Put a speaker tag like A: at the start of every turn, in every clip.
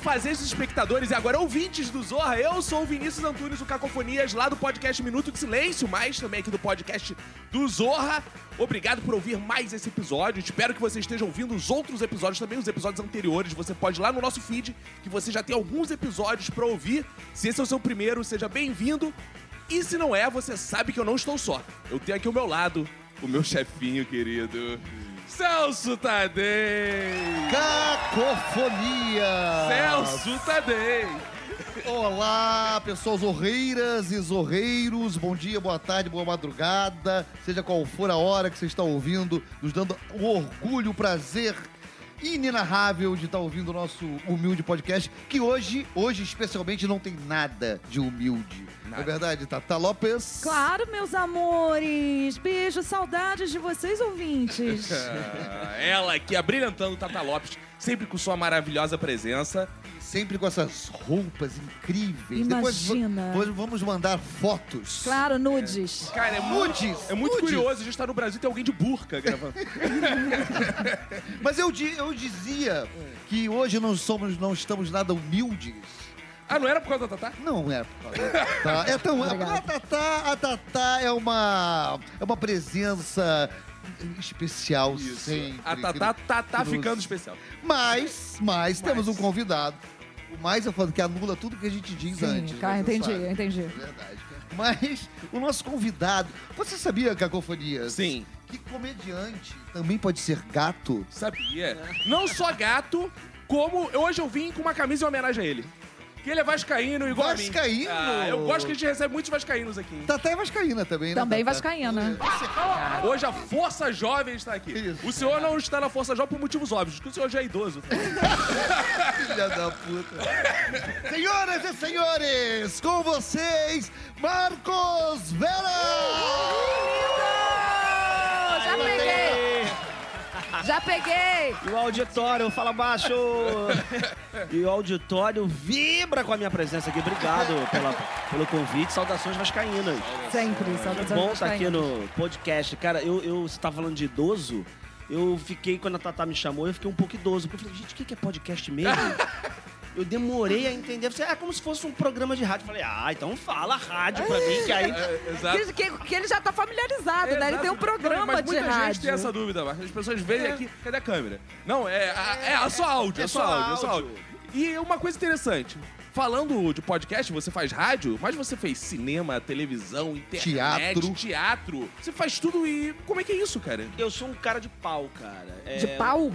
A: fazer os espectadores e agora ouvintes do Zorra. Eu sou o Vinícius Antunes, do Cacofonias, lá do podcast Minuto de Silêncio, mas também aqui do podcast do Zorra. Obrigado por ouvir mais esse episódio. Espero que você esteja ouvindo os outros episódios também, os episódios anteriores. Você pode ir lá no nosso feed, que você já tem alguns episódios pra ouvir. Se esse é o seu primeiro, seja bem-vindo. E se não é, você sabe que eu não estou só. Eu tenho aqui ao meu lado o meu chefinho querido, Celso Tadei.
B: Cacofonia!
A: Celso Tadei.
B: Olá, pessoal zorreiras e zorreiros. Bom dia, boa tarde, boa madrugada. Seja qual for a hora que você está ouvindo, nos dando o orgulho, o prazer inenarrável de estar ouvindo o nosso humilde podcast, que hoje, hoje especialmente, não tem nada de humilde. Não
A: Nada.
B: É verdade, Tata Lopes?
C: Claro, meus amores. Beijo, saudades de vocês, ouvintes.
A: Ah, Ela aqui, abrilhantando o Tata Lopes, sempre com sua maravilhosa presença.
B: Sempre com essas roupas incríveis. Depois va-
C: Imagina.
B: Depois, vamos mandar fotos.
C: Claro, nudes.
A: Cara, é muito,
B: Nudes,
A: é muito
B: nudes.
A: curioso a gente estar no Brasil e ter alguém de burca gravando.
B: Mas eu, di- eu dizia que hoje não somos, não estamos nada humildes.
A: ah, não era por causa da Tatá?
B: Não é por causa da Tatá. É tão-
C: Obrigada.
B: a Tatá, a Tatá é uma, é uma presença especial sempre.
A: A Tatá, Tatá ficando especial.
B: Mas, mas temos um convidado. O mais eu falo que anula tudo que a gente diz antes.
C: Sim, cara,
B: né, você
C: entendi,
B: sabe.
C: entendi.
B: Verdade. Mas o nosso convidado. Você sabia, Cacofonia?
A: Sim.
B: Que comediante também pode ser gato?
A: Sabia.
B: É.
A: Não só gato, como hoje eu vim com uma camisa em homenagem a ele. Que ele é vascaíno igual a mim.
B: Vascaíno?
A: Ah, eu gosto que a gente recebe muitos vascaínos aqui. hein?
B: Tatá é Vascaína também, né?
C: Também
B: Tatá?
C: vascaína.
A: Hoje a Força Jovem está aqui.
B: Tá. Isso.
A: O senhor não está na Força Jovem por motivos óbvios, porque o senhor já é idoso.
B: Filha da puta. Senhoras e senhores, com vocês, Marcos Vera!
C: Já peguei. Já peguei.
D: E o auditório fala baixo! e o auditório vibra com a minha presença aqui. Obrigado pela- pelo convite. Saudações vascaínas.
C: Sempre,
D: É
C: saudades
D: bom
C: vascaínas.
D: estar aqui no podcast. Cara, eu, eu você tá falando de idoso. Eu fiquei, quando a Tatá me chamou, eu fiquei um pouco idoso. Porque eu falei, gente, o que que é podcast mesmo? Eu demorei a entender. Você, é como se fosse um programa de rádio. Eu falei, ah, então fala rádio pra mim, que aí.
A: É, Exato.
C: Que, que- que ele já tá familiarizado, né? Ele tem um
A: É, Exato.
C: programa
A: Mas
C: de
A: muita
C: rádio. É.
A: gente tem essa dúvida, Marcos. As pessoas veem aqui, cadê a câmera? Não, é, a- é, a só áudio, é,
D: É
A: só,
D: só
A: áudio, é só áudio.
D: áudio.
A: E uma coisa interessante, falando de podcast, você faz rádio, mas você fez cinema, televisão, internet,
B: Teatro.
A: teatro. Você faz tudo e como é que é isso, cara?
D: Eu sou um cara de pau, cara. É,
C: De pau?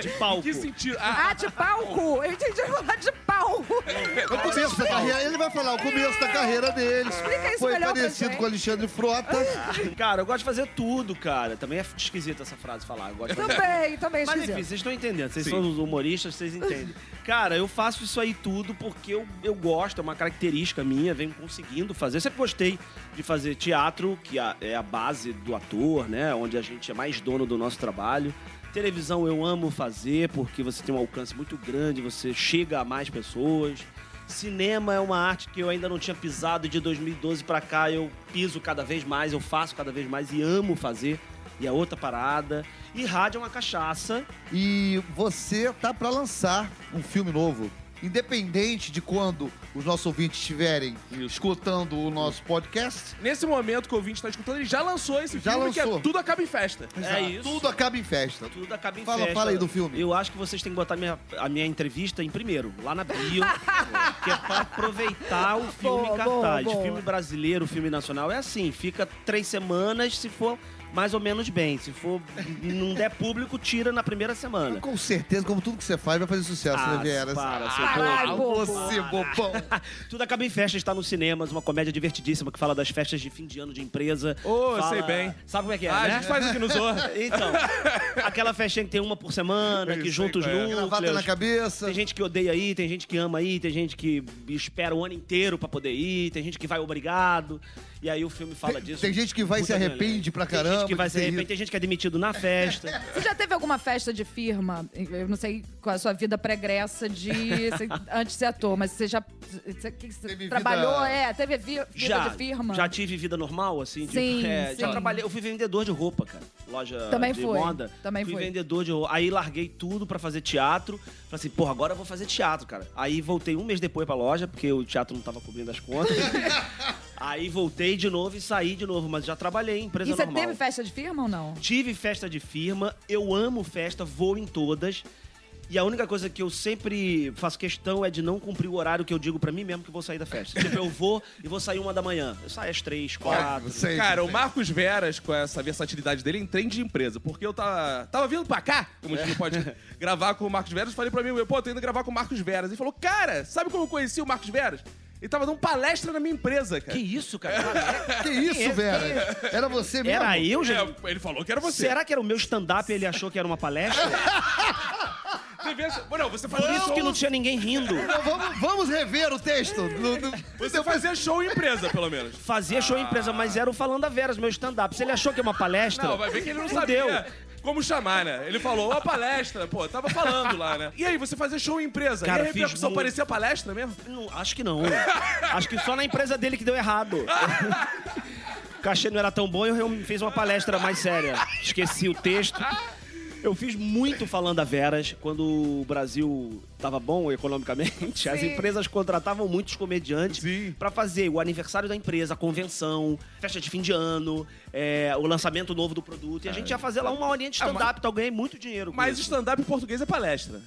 D: De palco.
A: Que sentido? Ah,
C: Ah, de palco. Eu entendi falar de pau.
B: O começo da carreira, ele vai falar o começo da carreira dele.
C: Explica isso
B: Foi
C: melhor pra
B: parecido
C: gente. Ah.
B: com Alexandre Frota.
D: Cara, eu gosto de fazer tudo, cara. Também é esquisita essa frase falar. Eu gosto de fazer
C: Também, também
D: Mas enfim,
C: esquisito.
D: vocês estão entendendo. Vocês
A: Sim.
D: são os humoristas, vocês entendem. Cara, eu faço isso aí tudo porque eu, eu gosto, é uma característica minha, venho conseguindo fazer. Eu sempre gostei de fazer teatro, que a- é a base do ator, né? Onde a gente é mais dono do nosso trabalho. Televisão eu amo fazer porque você tem um alcance muito grande, você chega a mais pessoas. Cinema é uma arte que eu ainda não tinha pisado de 2012 pra cá, eu piso cada vez mais, eu faço cada vez mais e amo fazer. E é outra parada. E rádio é uma cachaça.
B: E você tá pra lançar um filme novo. Independente de quando os nossos ouvintes estiverem escutando o nosso podcast,
A: nesse momento que o ouvinte está escutando, ele já lançou esse
B: Já
A: filme que é
B: lançou.
A: Tudo Acaba em Festa.
D: É isso.
B: tudo acaba em festa.
D: Tudo acaba em
B: Fala-
D: festa.
B: fala aí do filme.
D: Eu acho que vocês têm que botar minha- a minha entrevista em primeiro, lá na bio, que é pra aproveitar o filme em
C: Boa, boa,
D: cartaz.
C: boa.
D: Filme brasileiro, filme nacional é assim, fica três semanas se for mais ou menos bem. Se for não der público, tira na primeira semana.
B: Com certeza, como tudo que você faz, vai fazer sucesso,
D: Ah,
B: né, Vera?
D: para, seu
C: Caralho, bobo.
B: Você, bobão.
D: Tudo acaba em festa, está nos cinemas, uma comédia divertidíssima que fala das festas de fim de ano de empresa.
A: Ô, eu
D: Fala-
A: sei bem.
D: Sabe como é que é,
A: Ah,
D: né?
A: a gente faz aqui no Zorra.
D: Então, aquela festinha que tem uma por semana,
A: Eu
D: que
A: sei
D: junta os
A: qual é.
B: Gravata na
D: núcleos.
B: cabeça.
D: Tem gente que odeia aí, tem gente que ama aí, tem gente que espera o ano inteiro pra poder ir, tem gente que vai obrigado. E aí o filme fala
B: Tem-
D: disso.
B: Tem gente que vai e se
D: Puta
B: arrepende pra
D: Tem
B: programa,
D: gente que vai
B: de
D: ser, de
B: ter
D: repente, tem gente que é demitido na festa.
C: Você já teve alguma festa de firma? Eu não sei qual é a sua vida pregressa de você- antes de ser ator, mas você já você, que você
B: Teve
C: trabalhou,
B: vida-
C: é, teve vi- vida
D: já,
C: de firma?
D: já tive vida normal, assim? de-
C: Sim,
D: é, Já
C: sim.
D: trabalhei, eu fui vendedor de roupa, cara. Loja
C: Também
D: de
C: foi,
D: moda.
C: também
D: fui
C: foi.
D: vendedor de roupa. Aí larguei tudo pra fazer teatro. Falei assim, porra, agora eu vou fazer teatro, cara. Aí voltei um mês depois pra loja, porque o teatro não tava cobrindo as contas. Aí voltei de novo e saí de novo, mas já trabalhei em
C: E
D: empresa
C: você
D: normal.
C: teve festa de firma ou não?
D: Tive festa de firma, eu amo festa, vou em todas. E a única coisa que eu sempre faço questão é de não cumprir o horário que eu digo pra mim mesmo que vou sair da festa. tipo, eu vou e vou sair uma da manhã. Eu saio às três, quatro.
B: Sempre,
A: Cara, o
B: sempre.
A: Marcos Veras, com essa versatilidade dele, entende de empresa. Porque eu tava, tava vindo pra cá, como a gente não pode gravar com o Marcos Veras, falei pra mim, pô, tô indo gravar com o Marcos Veras. Ele falou, cara, sabe como eu conheci o Marcos Veras? Ele tava dando palestra na minha empresa,
D: Que
A: cara. É,
D: isso, cara?
B: Que isso, Vera? Era você mesmo?
D: Era eu, gente?
A: É, ele falou que era você.
D: Será que era o meu stand-up e ele achou que era uma palestra?
A: Devia ser- Pô, É, Não, você
D: Por
A: fazia
D: isso
A: show,
D: que não tinha ninguém rindo.
B: Então vamos, vamos rever o texto. No- no-
A: Você fazia show em empresa, pelo menos.
D: Fazia show em empresa, mas era o Falando a Veras, meu stand-up. Se ele achou que é uma palestra...
A: Não, vai ver que ele não sabia
D: deu.
A: como chamar, né? Ele falou, ó, palestra, pô, tava falando lá, né? E aí, você fazia show em empresa?
D: Cara,
A: e a
D: fiz
A: repercussão
D: muito.
A: parecia palestra mesmo?
D: Não, acho que não. acho que só na empresa dele que deu errado. o cachê não era tão bom e eu realmente fiz uma palestra mais séria. Esqueci o texto. Eu fiz muito falando a veras quando o Brasil estava bom economicamente. As
C: Sim.
D: empresas contratavam muitos comediantes
A: Sim.
D: para fazer o aniversário da empresa, a convenção, festa de fim de ano, é, o lançamento novo do produto. E a gente ia fazer lá uma horinha de
A: Ah, mas-
D: stand-up. Então eu ganhei muito dinheiro. com
A: Mas
D: isso.
A: stand-up em português é palestra.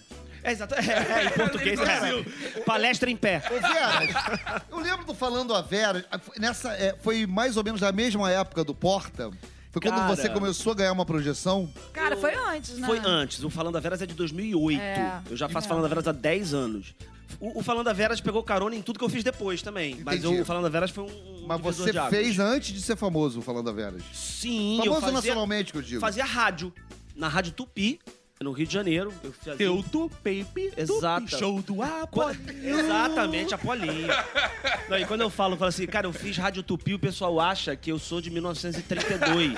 D: É, exato. É, em português,
A: Ele
D: é. Palestra em pé.
B: Ô, Veras, eu lembro do Falando a Veras. Nessa, é, foi mais ou menos na mesma época do Porta. Foi quando
D: Cara.
B: você começou a ganhar uma projeção.
C: Cara, foi antes, né?
D: Foi antes. O Falando a Veras é de 2008.
C: É.
D: Eu já faço
C: É.
D: Falando a Veras há 10 anos. O, o Falando a Veras pegou carona em tudo que eu fiz depois também. Mas
B: Entendi.
D: o Falando a Veras foi um. um
B: Mas
D: divisor
B: você
D: de águas.
B: fez antes de ser famoso o Falando a Veras.
D: Sim, eu
B: famoso
D: fazia,
B: nacionalmente, que eu digo.
D: fazia rádio. Na Rádio Tupi, no Rio de Janeiro. Eu fazia.
A: do Baby
D: Exato.
A: Show do
D: Quando-
A: Apolinho.
D: Exatamente, a Polinha. Não, e quando eu falo, eu falo assim, cara, eu fiz Rádio Tupi, o pessoal acha que eu sou de 1932.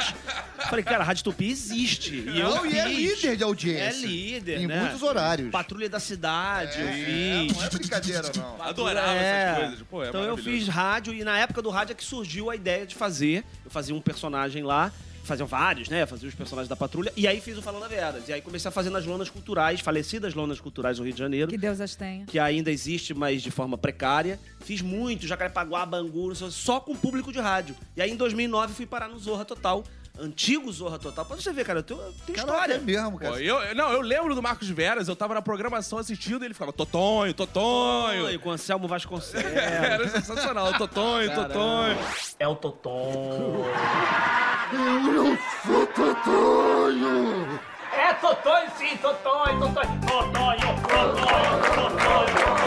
D: Eu Falei, cara, a Rádio Tupi existe. E eu
B: Não, e é
D: fiz.
B: líder de audiência.
D: É líder,
B: Em
D: né?
B: muitos horários.
D: Patrulha da Cidade,
B: É,
D: eu
B: não
D: fiz.
B: é brincadeira,
D: tipo,
B: não.
A: Adorava essas coisas. Pô, é
D: então eu
A: maravilhoso.
D: fiz rádio e na época do rádio é que surgiu a ideia de fazer. Eu fazia um personagem lá, faziam vários, né? Fazia os personagens da patrulha. E aí fiz o Falando a Veras. E aí comecei a fazer nas lonas culturais, falecidas lonas culturais do Rio de Janeiro.
C: Que
D: Que...
C: Deus as tenha.
D: ainda existe, mas de forma precária. Fiz muito, Jacarepaguá, Bangu, não sei, só com público de rádio. E aí, em 2009, fui parar no Zorra Total. Antigo Zorra Total. Pra você ver, cara, eu tenho, eu tenho
B: Caraca,
D: história.
B: é mesmo,
A: Pô,
B: cara.
A: eu, eu- não, eu lembro do Marcos Veras, eu tava na programação assistindo e ele ficava Totonho, Totonho.
D: Com Anselmo Vasconcelos.
A: Era sensacional, Totonho,
D: Caramba.
A: Totonho.
E: É o Toton. Eu não sou Totonho! É Totonho sim, Totonho, Totonho, Totonho, Totonho,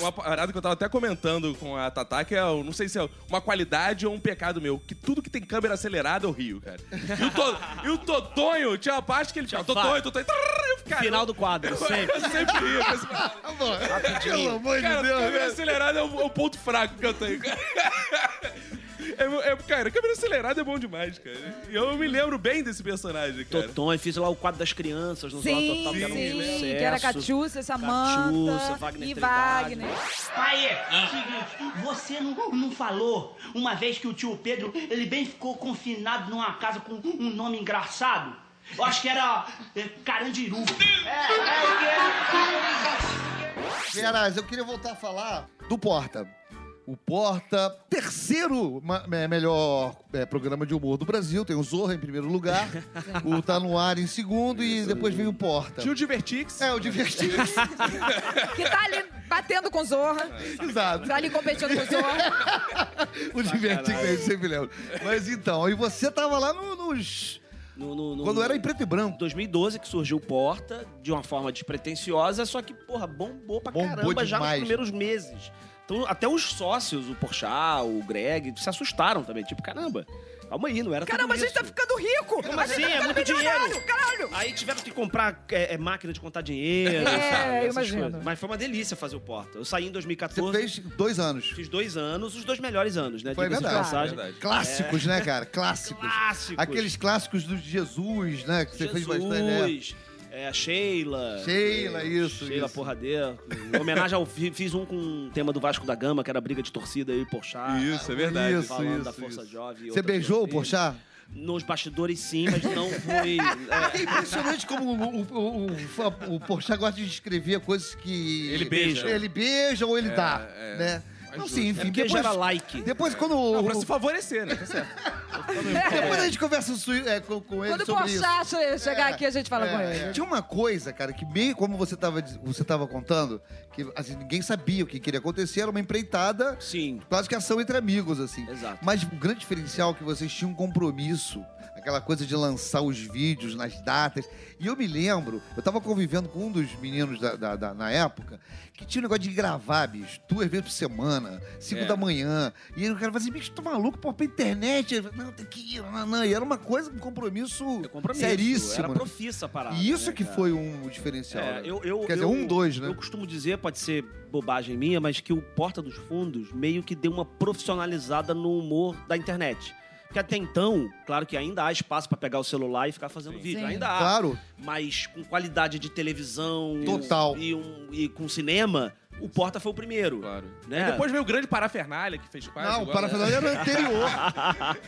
A: Uma parada que eu tava até comentando com a Tatá, que é, eu não sei se é uma qualidade ou um pecado meu, que tudo que tem câmera acelerada eu rio, cara. E o, to, e o Totonho, tinha a parte que ele ficava Totonho,
D: várias.
A: Totonho, tarará, eu ficava-
D: Final do quadro, sempre.
A: Eu sempre rio com esse parada.
B: Ah, mano, Pelo amor de
A: Cara,
B: Deus. né?
A: câmera
B: velho.
A: acelerada é o, é o ponto fraco que eu tenho, cara. É, é- cara, câmera acelerada é bom demais, cara. E eu me lembro bem desse personagem, cara.
D: Toton, eu fiz lá o quadro das crianças no Zorra
C: Sim,
D: Total, que era um
C: sim,
D: sucesso.
C: que era Catiúcia, Samanta
D: Wagner
C: e
D: Trindade.
C: Wagner.
F: Aí, é seguinte, você não, não falou uma vez que o tio Pedro, ele bem ficou confinado numa casa com um nome engraçado? Eu acho que era é, Carandiru.
B: Veras, eu queria voltar a falar do Porta. O Porta, terceiro ma- me- melhor é, programa de humor do Brasil. Tem o Zorra em primeiro lugar, o Tá No Ar em segundo e depois vem o Porta.
A: Tio Divertix.
B: É, o divertido.
C: Que tá ali batendo com Zorra,
D: É.
B: Exato.
C: tá ali competindo com Zorra.
B: O divertido, eu sempre lembro. Mas então, e você tava lá no- nos...
D: No- no- no-
B: Quando era em preto e branco.
D: 2012 que surgiu o Porta, de uma forma despretensiosa, só que, porra, bombou pra
B: Bombou
D: caramba já nos
B: demais.
D: primeiros meses. Então, até os sócios, o Porchat, o Greg, se assustaram também. Tipo, caramba, calma aí, não era
G: Caramba, a
D: tudo
G: gente
D: isso.
G: tá ficando rico!
D: Como
G: A
D: assim?
G: gente tá
D: É
G: ficando
D: muito
G: milionário,
D: dinheiro.
G: Caralho!
D: assim." Aí tiveram que comprar é, é, máquina de contar dinheiro,
C: É,
D: sabe?
C: eu
D: Essas
C: imagino.
D: coisas. Mas foi uma delícia fazer o Porta. Eu saí em
B: Você
D: 2014,
B: fez dois anos.
D: fiz dois anos, os dois melhores anos, né?
B: Foi
D: diga-se de
B: verdade.
D: passagem. É.
A: Verdade.
B: Clássicos, né, cara? Clássicos.
D: Clássicos.
B: Aqueles clássicos do Jesus, né? Que você fez bastante. né?
D: Jesus, é, a Sheila.
B: Sheila,
D: É,
B: isso,
D: Sheila
B: isso.
D: Porradeira. Em homenagem ao... fi- Fiz um com o tema do Vasco da Gama, que era briga de torcida aí, Porchat.
A: Isso, é verdade.
B: Isso,
D: Falando
B: isso,
D: da Força
B: isso.
D: Jovem. e
B: Você
D: outras
B: beijou o
D: coisas.
B: Porchat?
D: Nos bastidores sim, mas não foi...
B: É impressionante como o, o, o, o- o Porchat gosta de escrever coisas que...
A: Ele beija.
B: Ele beija ou ele dá,
A: é.
B: né?
A: Mas
B: Então, assim,
A: justo.
D: É
B: enfim,
D: porque já
B: depois,
D: era like.
B: depois quando...
A: né? Não,
B: o-
A: pra se favorecer, né? Tá certo.
B: depois a gente conversa su- é, com, com ele
C: Quando o
B: sobre isso.
C: Porchat che- chegar
B: É,
C: aqui, a gente fala com
B: é,
C: ele.
B: Tinha uma coisa, cara, que meio como você tava, diz- você tava contando, que assim, ninguém sabia o que queria acontecer, era uma empreitada,
D: Sim.
B: quase que ação entre amigos, assim.
D: Exato.
B: Mas o grande diferencial é que vocês tinham um compromisso, aquela coisa de lançar os vídeos nas datas. E eu me lembro, eu tava convivendo com um dos meninos da, da- da- na época, que tinha um negócio de gravar, bicho, duas vezes por semana, cinco
D: É.
B: da manhã. E aí o cara falava assim, bicho, tu tá maluco, pô, pra internet. Ele, não, tem que ir, não, não. E era uma coisa, um compromisso,
D: É compromisso.
B: seríssimo.
D: Era profissa a parada.
B: E isso
D: né,
B: que
D: cara?
B: foi um diferencial.
D: É,
B: né?
D: eu, eu,
B: Quer dizer,
D: eu-
B: um, dois, né?
D: Eu costumo dizer, pode ser bobagem minha, mas que o Porta dos Fundos meio que deu uma profissionalizada no humor da internet. Porque até então, claro que ainda há espaço pra pegar o celular e ficar fazendo vídeo.
C: Sim.
D: Ainda há.
B: Claro,
D: Mas com qualidade de televisão e-
B: Total.
D: E, um- e com cinema, o Porta foi o primeiro.
A: Claro.
D: Né?
A: E
B: É.
A: depois veio o grande parafernália que fez quase.
B: não, o
A: igual, né?
B: parafernália era anterior.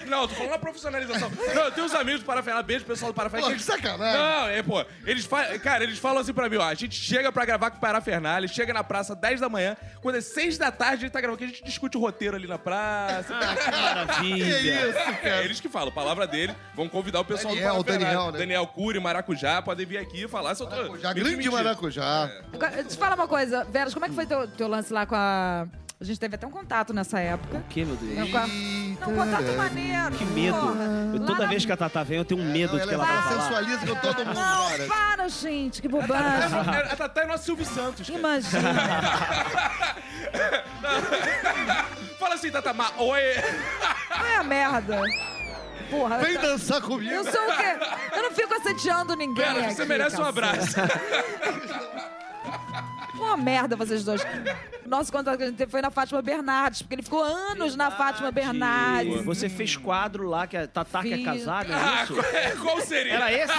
A: Não, eu tô falando na profissionalização. Não, eu tenho uns amigos do Parafernália, beijo pessoal do
B: Pô,
A: Parafernália.
B: que
A: que eles-
B: sacanagem.
A: Não, é, pô. Eles falam, cara, eles falam assim pra mim, ó. A gente chega pra gravar com o Parafernália, chega na praça 10 da manhã, quando é 6 da tarde a gente tá gravando, que a gente discute o roteiro ali na praça.
D: Maravilha.
A: É, eles que falam, palavra dele. Vão convidar o pessoal
B: Daniel,
A: do Parafernália.
B: Daniel, né?
A: Daniel Cury, Maracujá, podem vir aqui e falar. se eu tô-
B: Maracujá,
A: me
B: grande
A: desmentir.
B: maracujá.
D: É.
C: Agora, Deixa eu te falar uma coisa, Veras, como é que foi teu, teu lance lá com a. A gente teve até um contato nessa época.
D: O que, meu Deus?
C: Não, com a- Não, um contato maneiro.
D: Que medo.
C: porra.
D: Eu-
C: Lá
D: toda
C: na-
D: vez que a Tatá vem, eu tenho um medo
B: É, Não,
D: do que
B: ela
D: ela vai falar.
B: sensualiza com todo mundo,
C: Não,
B: cara.
C: para, gente, que
A: É,
C: bobagem.
A: é, A Tatá é nosso Silvio Santos. cara.
C: Imagina.
A: Fala assim, Tatá, ma, oi.
C: Vai a merda. Porra.
B: Vem
C: eu-
B: dançar comigo.
C: Eu sou o quê? Eu não fico assediando ninguém.
D: é
A: Veras, você
C: aqui,
A: merece um
C: cacete.
A: abraço.
C: Uma merda vocês dois. Nosso contato que a gente teve foi na Fátima Bernardes, porque ele ficou anos na Fátima Bernardes.
D: Você fez quadro lá que a Tatá quer
C: Fiz.
D: casar, não é
A: Ah,
D: isso?
A: qual, é- qual seria?
D: Era esse?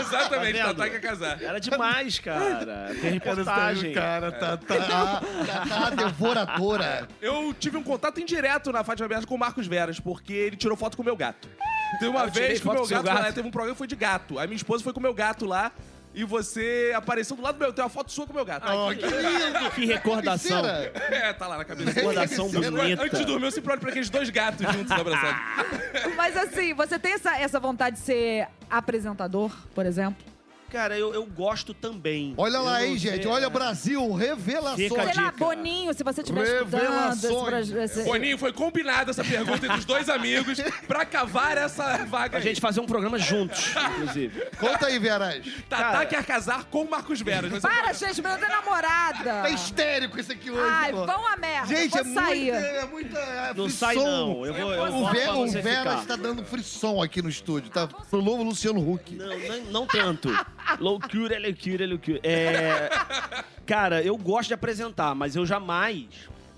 A: Exatamente,
D: Tá vendo?
A: Tatá quer casar.
D: Era demais, cara. Tem reportagem.
B: Cara, tá,
C: É.
B: tá, tá, tá devoradora.
A: Eu tive um contato indireto na Fátima Bernardes com o Marcos Veras, porque ele tirou foto com o meu gato. Teve uma
D: Ah, Eu tirei
A: vez que o
D: foto
A: meu
D: com seu
A: gato, lá
D: gato.
A: teve um programa que foi de gato. Aí minha esposa foi com o meu gato lá e você apareceu do lado do meu. Tem uma foto sua com o meu gato.
B: Ó, Ah, que lindo.
D: Que recordação.
B: Mentira.
A: É, tá lá na cabeça.
D: Recordação bonita.
A: Antes de dormir, eu sempre olho pra aqueles dois gatos juntos abraçados.
C: Mas assim, você tem essa, essa vontade de ser apresentador, por exemplo?
D: Cara, eu, eu gosto também.
B: Olha lá,
D: Eu
B: hein,
D: não sei, é,
B: gente.
C: é.
B: Olha, Brasil,
D: Fica a
C: Sei
B: revelações.
D: dica.
C: lá, Boninho, se você estiver estudando. esse
B: Revelações. é.
C: pro- esse-
A: Boninho, foi combinada essa pergunta entre os dois amigos pra cavar essa vaga
D: A
A: aí.
D: gente fazer um programa juntos, inclusive.
B: Conta aí, Veras.
A: Tatá
D: Cara.
A: quer casar com o Marcos Veras. Vai ser-
C: Para, gente, meu Deus é namorada.
B: Tá histérico isso aqui hoje,
C: Ai,
B: pô.
C: vão a merda.
B: Gente,
C: eu
B: é
C: vou sair.
B: muita, é muita é
D: Não
B: frisson.
D: sai, não. Eu vou. Eu
B: O,
D: boto
B: Ve
D: pra
B: o
D: você
B: Veras
D: ficar.
B: tá dando frisson aqui no estúdio. Tá pro novo Luciano Huck.
D: Não, não, não tanto. loucura, loucura, loucura. É... Cara, eu gosto de apresentar, mas eu jamais.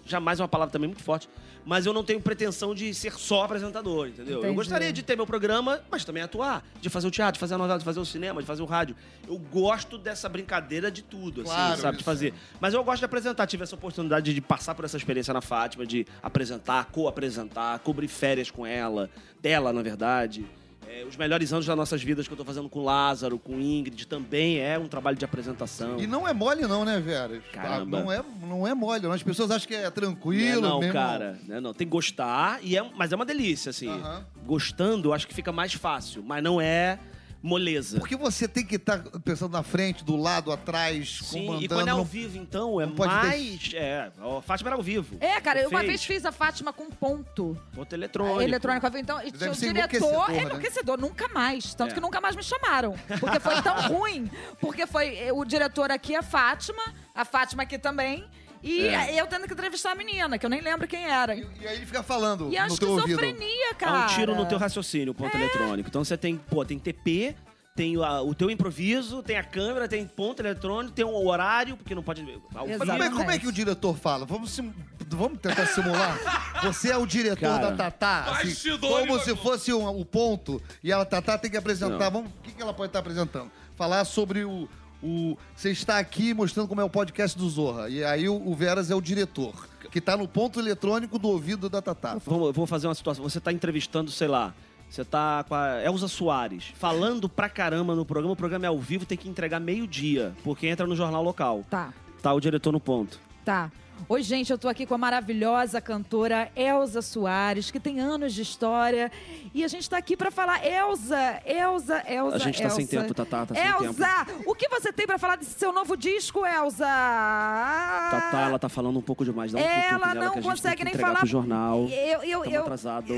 D: Jamais é uma palavra também muito forte. Mas eu não tenho pretensão de ser só apresentador, entendeu? Eu
C: Entendi.
D: gostaria de ter meu programa, mas também atuar. De fazer o teatro, de fazer a novela, de fazer o cinema, de fazer o rádio. Eu gosto dessa brincadeira de tudo, assim,
B: Claro,
D: sabe? De
B: isso.
D: fazer. Mas eu gosto de apresentar. Tive essa oportunidade de passar por essa experiência na Fátima, de apresentar, co-apresentar, cobrir férias com ela, dela, na verdade. É, os melhores anos das nossas vidas que eu tô fazendo com Lázaro, com Ingrid, também é um trabalho de apresentação.
B: E não é mole, não, né, Veras?
D: Caramba.
B: Não é, não é mole. não. As pessoas acham que é
D: Né,
B: tranquilo.
D: não,
B: meu irmão.
D: cara. né, não. Tem que gostar, e é, mas é uma delícia, assim.
B: Aham.
D: Gostando, eu acho que fica mais fácil, mas não é moleza.
B: Porque você tem que estar pensando na frente, do lado, atrás,
D: Sim,
B: comandando.
D: e quando é ao
B: não-
D: vivo, então, é
B: não pode
D: mais. É, ó, Fátima era ao vivo.
C: É, cara, eu uma vez
D: Fez.
C: fiz a Fátima com ponto.
D: Ponto eletrônico.
C: eletrônico. Então, e tinha o
B: ser
C: diretor,
B: enlouquecedor,
C: é
B: né?
C: enlouquecedor, nunca mais. Tanto
D: É.
C: que nunca mais me chamaram. Porque foi tão ruim. Porque foi eh, o diretor aqui, a Fátima, a Fátima aqui também. E
B: É.
C: eu tendo que entrevistar a menina, que eu nem lembro quem era. E
B: E aí ele fica falando
C: a
B: no teu ouvido.
C: esquizofrenia,
D: É
C: cara. É.
D: um tiro no teu raciocínio, ponto eletrônico. Então você tem, pô, tem TP, tem a- o teu improviso, tem a câmera, tem ponto eletrônico, tem um horário, porque não pode...
B: Mas como
D: né?
B: é,
C: Exatamente.
B: como é que o diretor fala? Vamos, sim- vamos tentar simular? Você é o diretor
D: Cara.
B: da Tatá. assim,
A: Bastidores
B: como
A: da
B: se
A: Globo.
B: fosse um- o ponto. E a Tatá tem que apresentar.
D: Não.
B: Vamos, o que, que ela pode estar apresentando? Falar sobre o. o- você está aqui mostrando como é o podcast do Zorra. E aí o, o Veras é o diretor, que está no ponto eletrônico do ouvido da Tatá.
D: Vamos, eu vou fazer uma situação. Você tá entrevistando, sei lá, você tá com a Elza Soares, falando pra caramba no programa, o programa é ao vivo, tem que entregar meio-dia, porque entra no jornal local.
C: Tá,
D: Tá o diretor no ponto.
C: tá. Oi, gente, eu tô aqui com a maravilhosa cantora Elza Soares, que tem anos de história. E a gente tá aqui pra falar, Elza, Elza, Elza,
D: A gente tá sem
C: Elza.
D: tempo, Tatá, tá sem tempo.
C: Elza, o que você tem pra falar desse seu novo disco, Elza?
D: Tatá,
C: Tatá,
D: ela tá falando um pouco demais. Dá um
C: Ah. É, Ela
D: cutuque nela
C: não
D: que a gente
C: consegue
D: tem que
C: nem
D: entregar
C: falar.
D: Pro jornal. Tá
C: Eu, eu,
D: Tamo
C: eu.
D: atrasado.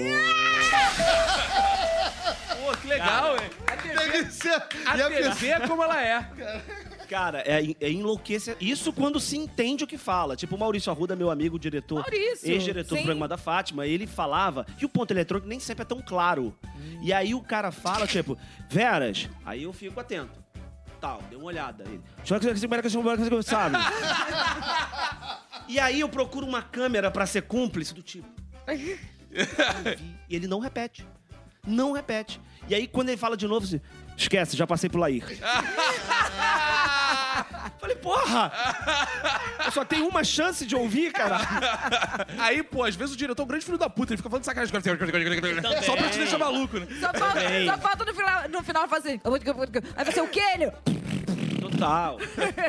A: Pô, que legal, hein?
B: Deve ser.
A: A
B: e a
A: TV é como ela é.
D: Cara, é, é enlouquecer. Isso quando se entende o que fala. Tipo, o Maurício Arruda, meu amigo, diretor.
C: Maurício,
D: Ex-diretor do
C: sim.
D: programa da Fátima, ele falava que o ponto eletrônico nem sempre é tão claro.
C: Hum.
D: E aí o cara fala, tipo, Veras, aí eu fico atento. Tal, deu uma olhada. Ele, "Só que você- que você- sabe? E aí eu procuro uma câmera pra ser cúmplice do tipo. ouvir. E ele não repete. Não repete. E aí, quando ele fala de novo, assim, esquece, já passei pro Lair. Falei, porra! Eu só tenho uma chance de ouvir, cara.
A: Aí, pô, às vezes o diretor é um grande filho da puta, ele fica falando sacanagem. Só pra te deixar maluco, né?
C: Só falta,
D: Também.
C: só falta no final, no final fazer. Aí você, o que ele?
D: Total.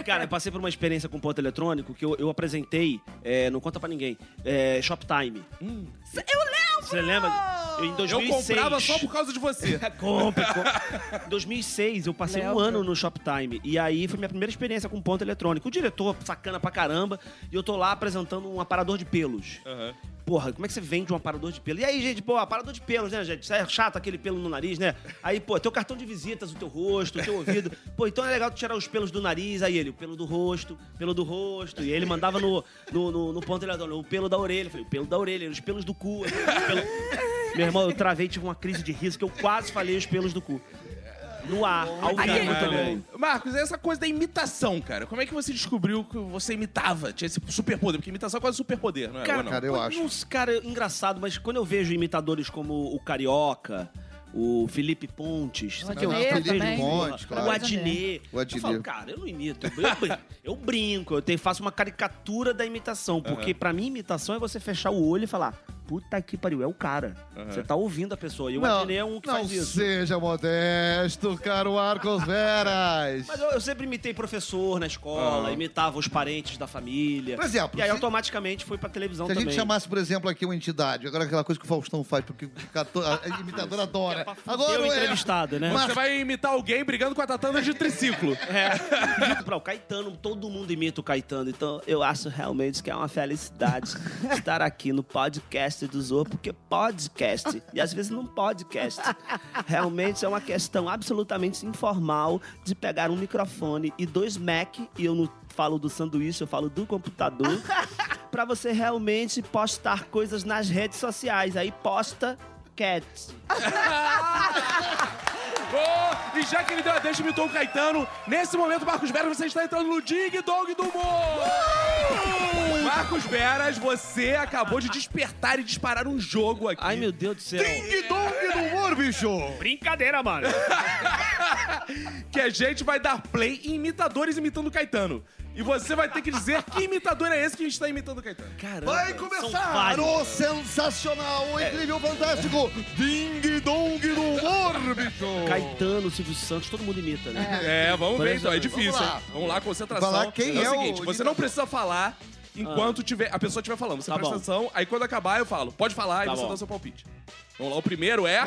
D: Cara, eu passei por uma experiência com ponto eletrônico que eu, eu apresentei, é, não conta pra ninguém, é, Shoptime.
C: Eu lembro!
D: Você lembra? Eu, em
A: Eu
D: 2006...
A: comprava só por causa de você.
D: Compre, compre. Em 2006, eu passei um
C: Lembro.
D: ano no Shoptime. E aí foi minha primeira experiência com ponto eletrônico. O diretor, sacana pra caramba, e eu tô lá apresentando um aparador de pelos. Porra, como é que você vende um aparador de pelo? E aí, gente, pô, aparador de pelos, né, gente? Isso é chato aquele pelo no nariz, né? Aí, pô, teu cartão de visitas, o teu rosto, o teu ouvido. Pô, então é legal tu tirar os pelos do nariz. Aí ele, o pelo do rosto, pelo do rosto. E aí ele mandava no, no, no, no ponto eletrônico, o pelo da orelha. Eu Falei, o pelo da orelha, os pelos do cu. os pelo- Meu irmão, eu travei, tive uma crise de riso que eu quase falei os pelos do cu. No ar, ao vivo também.
A: então, Marcos, essa coisa da imitação, cara. Como é que você descobriu que você imitava? Tinha esse superpoder, porque imitação é quase superpoder, não é? Ou não?
B: cara, eu acho.
D: Não, cara, engraçado, mas quando eu vejo imitadores como o Carioca, o Felipe Pontes, sabe que eu-
C: Adnet
D: eu vejo
C: também.
B: Pontes, claro.
D: o Adnet.
B: O Adnet.
D: Eu falo, cara, eu não imito. Eu, brin- eu brinco, eu tenho- faço uma caricatura da imitação. Porque pra mim, imitação é você fechar o olho e falar, puta que pariu, é o cara. Você tá ouvindo a pessoa. E o Adnet é um que
B: não
D: faz isso.
B: seja modesto, caro Arcos Veras.
D: Mas eu, eu sempre imitei professor na escola, imitava os parentes da família.
B: Por exemplo,
D: E aí
B: se-
D: automaticamente foi pra televisão
B: Se a
D: também.
B: gente chamasse, por exemplo, aqui uma entidade, agora aquela coisa que o Faustão faz, porque o cato- a a imitadora adora. Agora
D: eu
B: é.
D: entrevistado, né?
A: Você vai imitar alguém brigando com a Tatana de triciclo.
D: É. Junto pra o Caetano, todo mundo imita o Caetano. Então, eu acho realmente que é uma felicidade estar aqui no podcast do Zorro, porque podcast, e às vezes não podcast, realmente é uma questão absolutamente informal de pegar um microfone e dois Mac, e eu não falo do sanduíche, eu falo do computador, pra você realmente postar coisas nas redes sociais. Aí posta cat.
A: Ô, e já que ele deu a deixa e imitou o Caetano, nesse momento, Marcos Veras, você está entrando no Dig Dog do Humor! Marcos Veras, você acabou de despertar e disparar um jogo aqui.
D: Ai, meu Deus do céu.
B: Ding dong do humor, bicho!
D: Brincadeira, mano.
A: que a gente vai dar play em imitadores imitando o Caetano. E você vai ter que dizer que imitador é esse que está imitando o Caetano.
D: Caramba.
B: Vai começar o sensacional, o
D: É.
B: incrível, fantástico Ding Dong do humor, bicho!
D: Caetano, Silvio Santos, todo mundo imita, né?
A: É, vamos
D: Por
A: ver então. É
D: exemplo,
A: difícil,
B: vamos lá.
A: hein? Vamos lá, concentração.
B: Falar quem é
A: o
B: o
A: seguinte, você não precisa falar enquanto tiver, a pessoa estiver falando. Você
D: Tá
A: presta
D: bom.
A: atenção, aí quando acabar eu falo. Pode falar e
D: Tá
A: você
D: bom.
A: dá o seu palpite. Vamos lá, o primeiro é...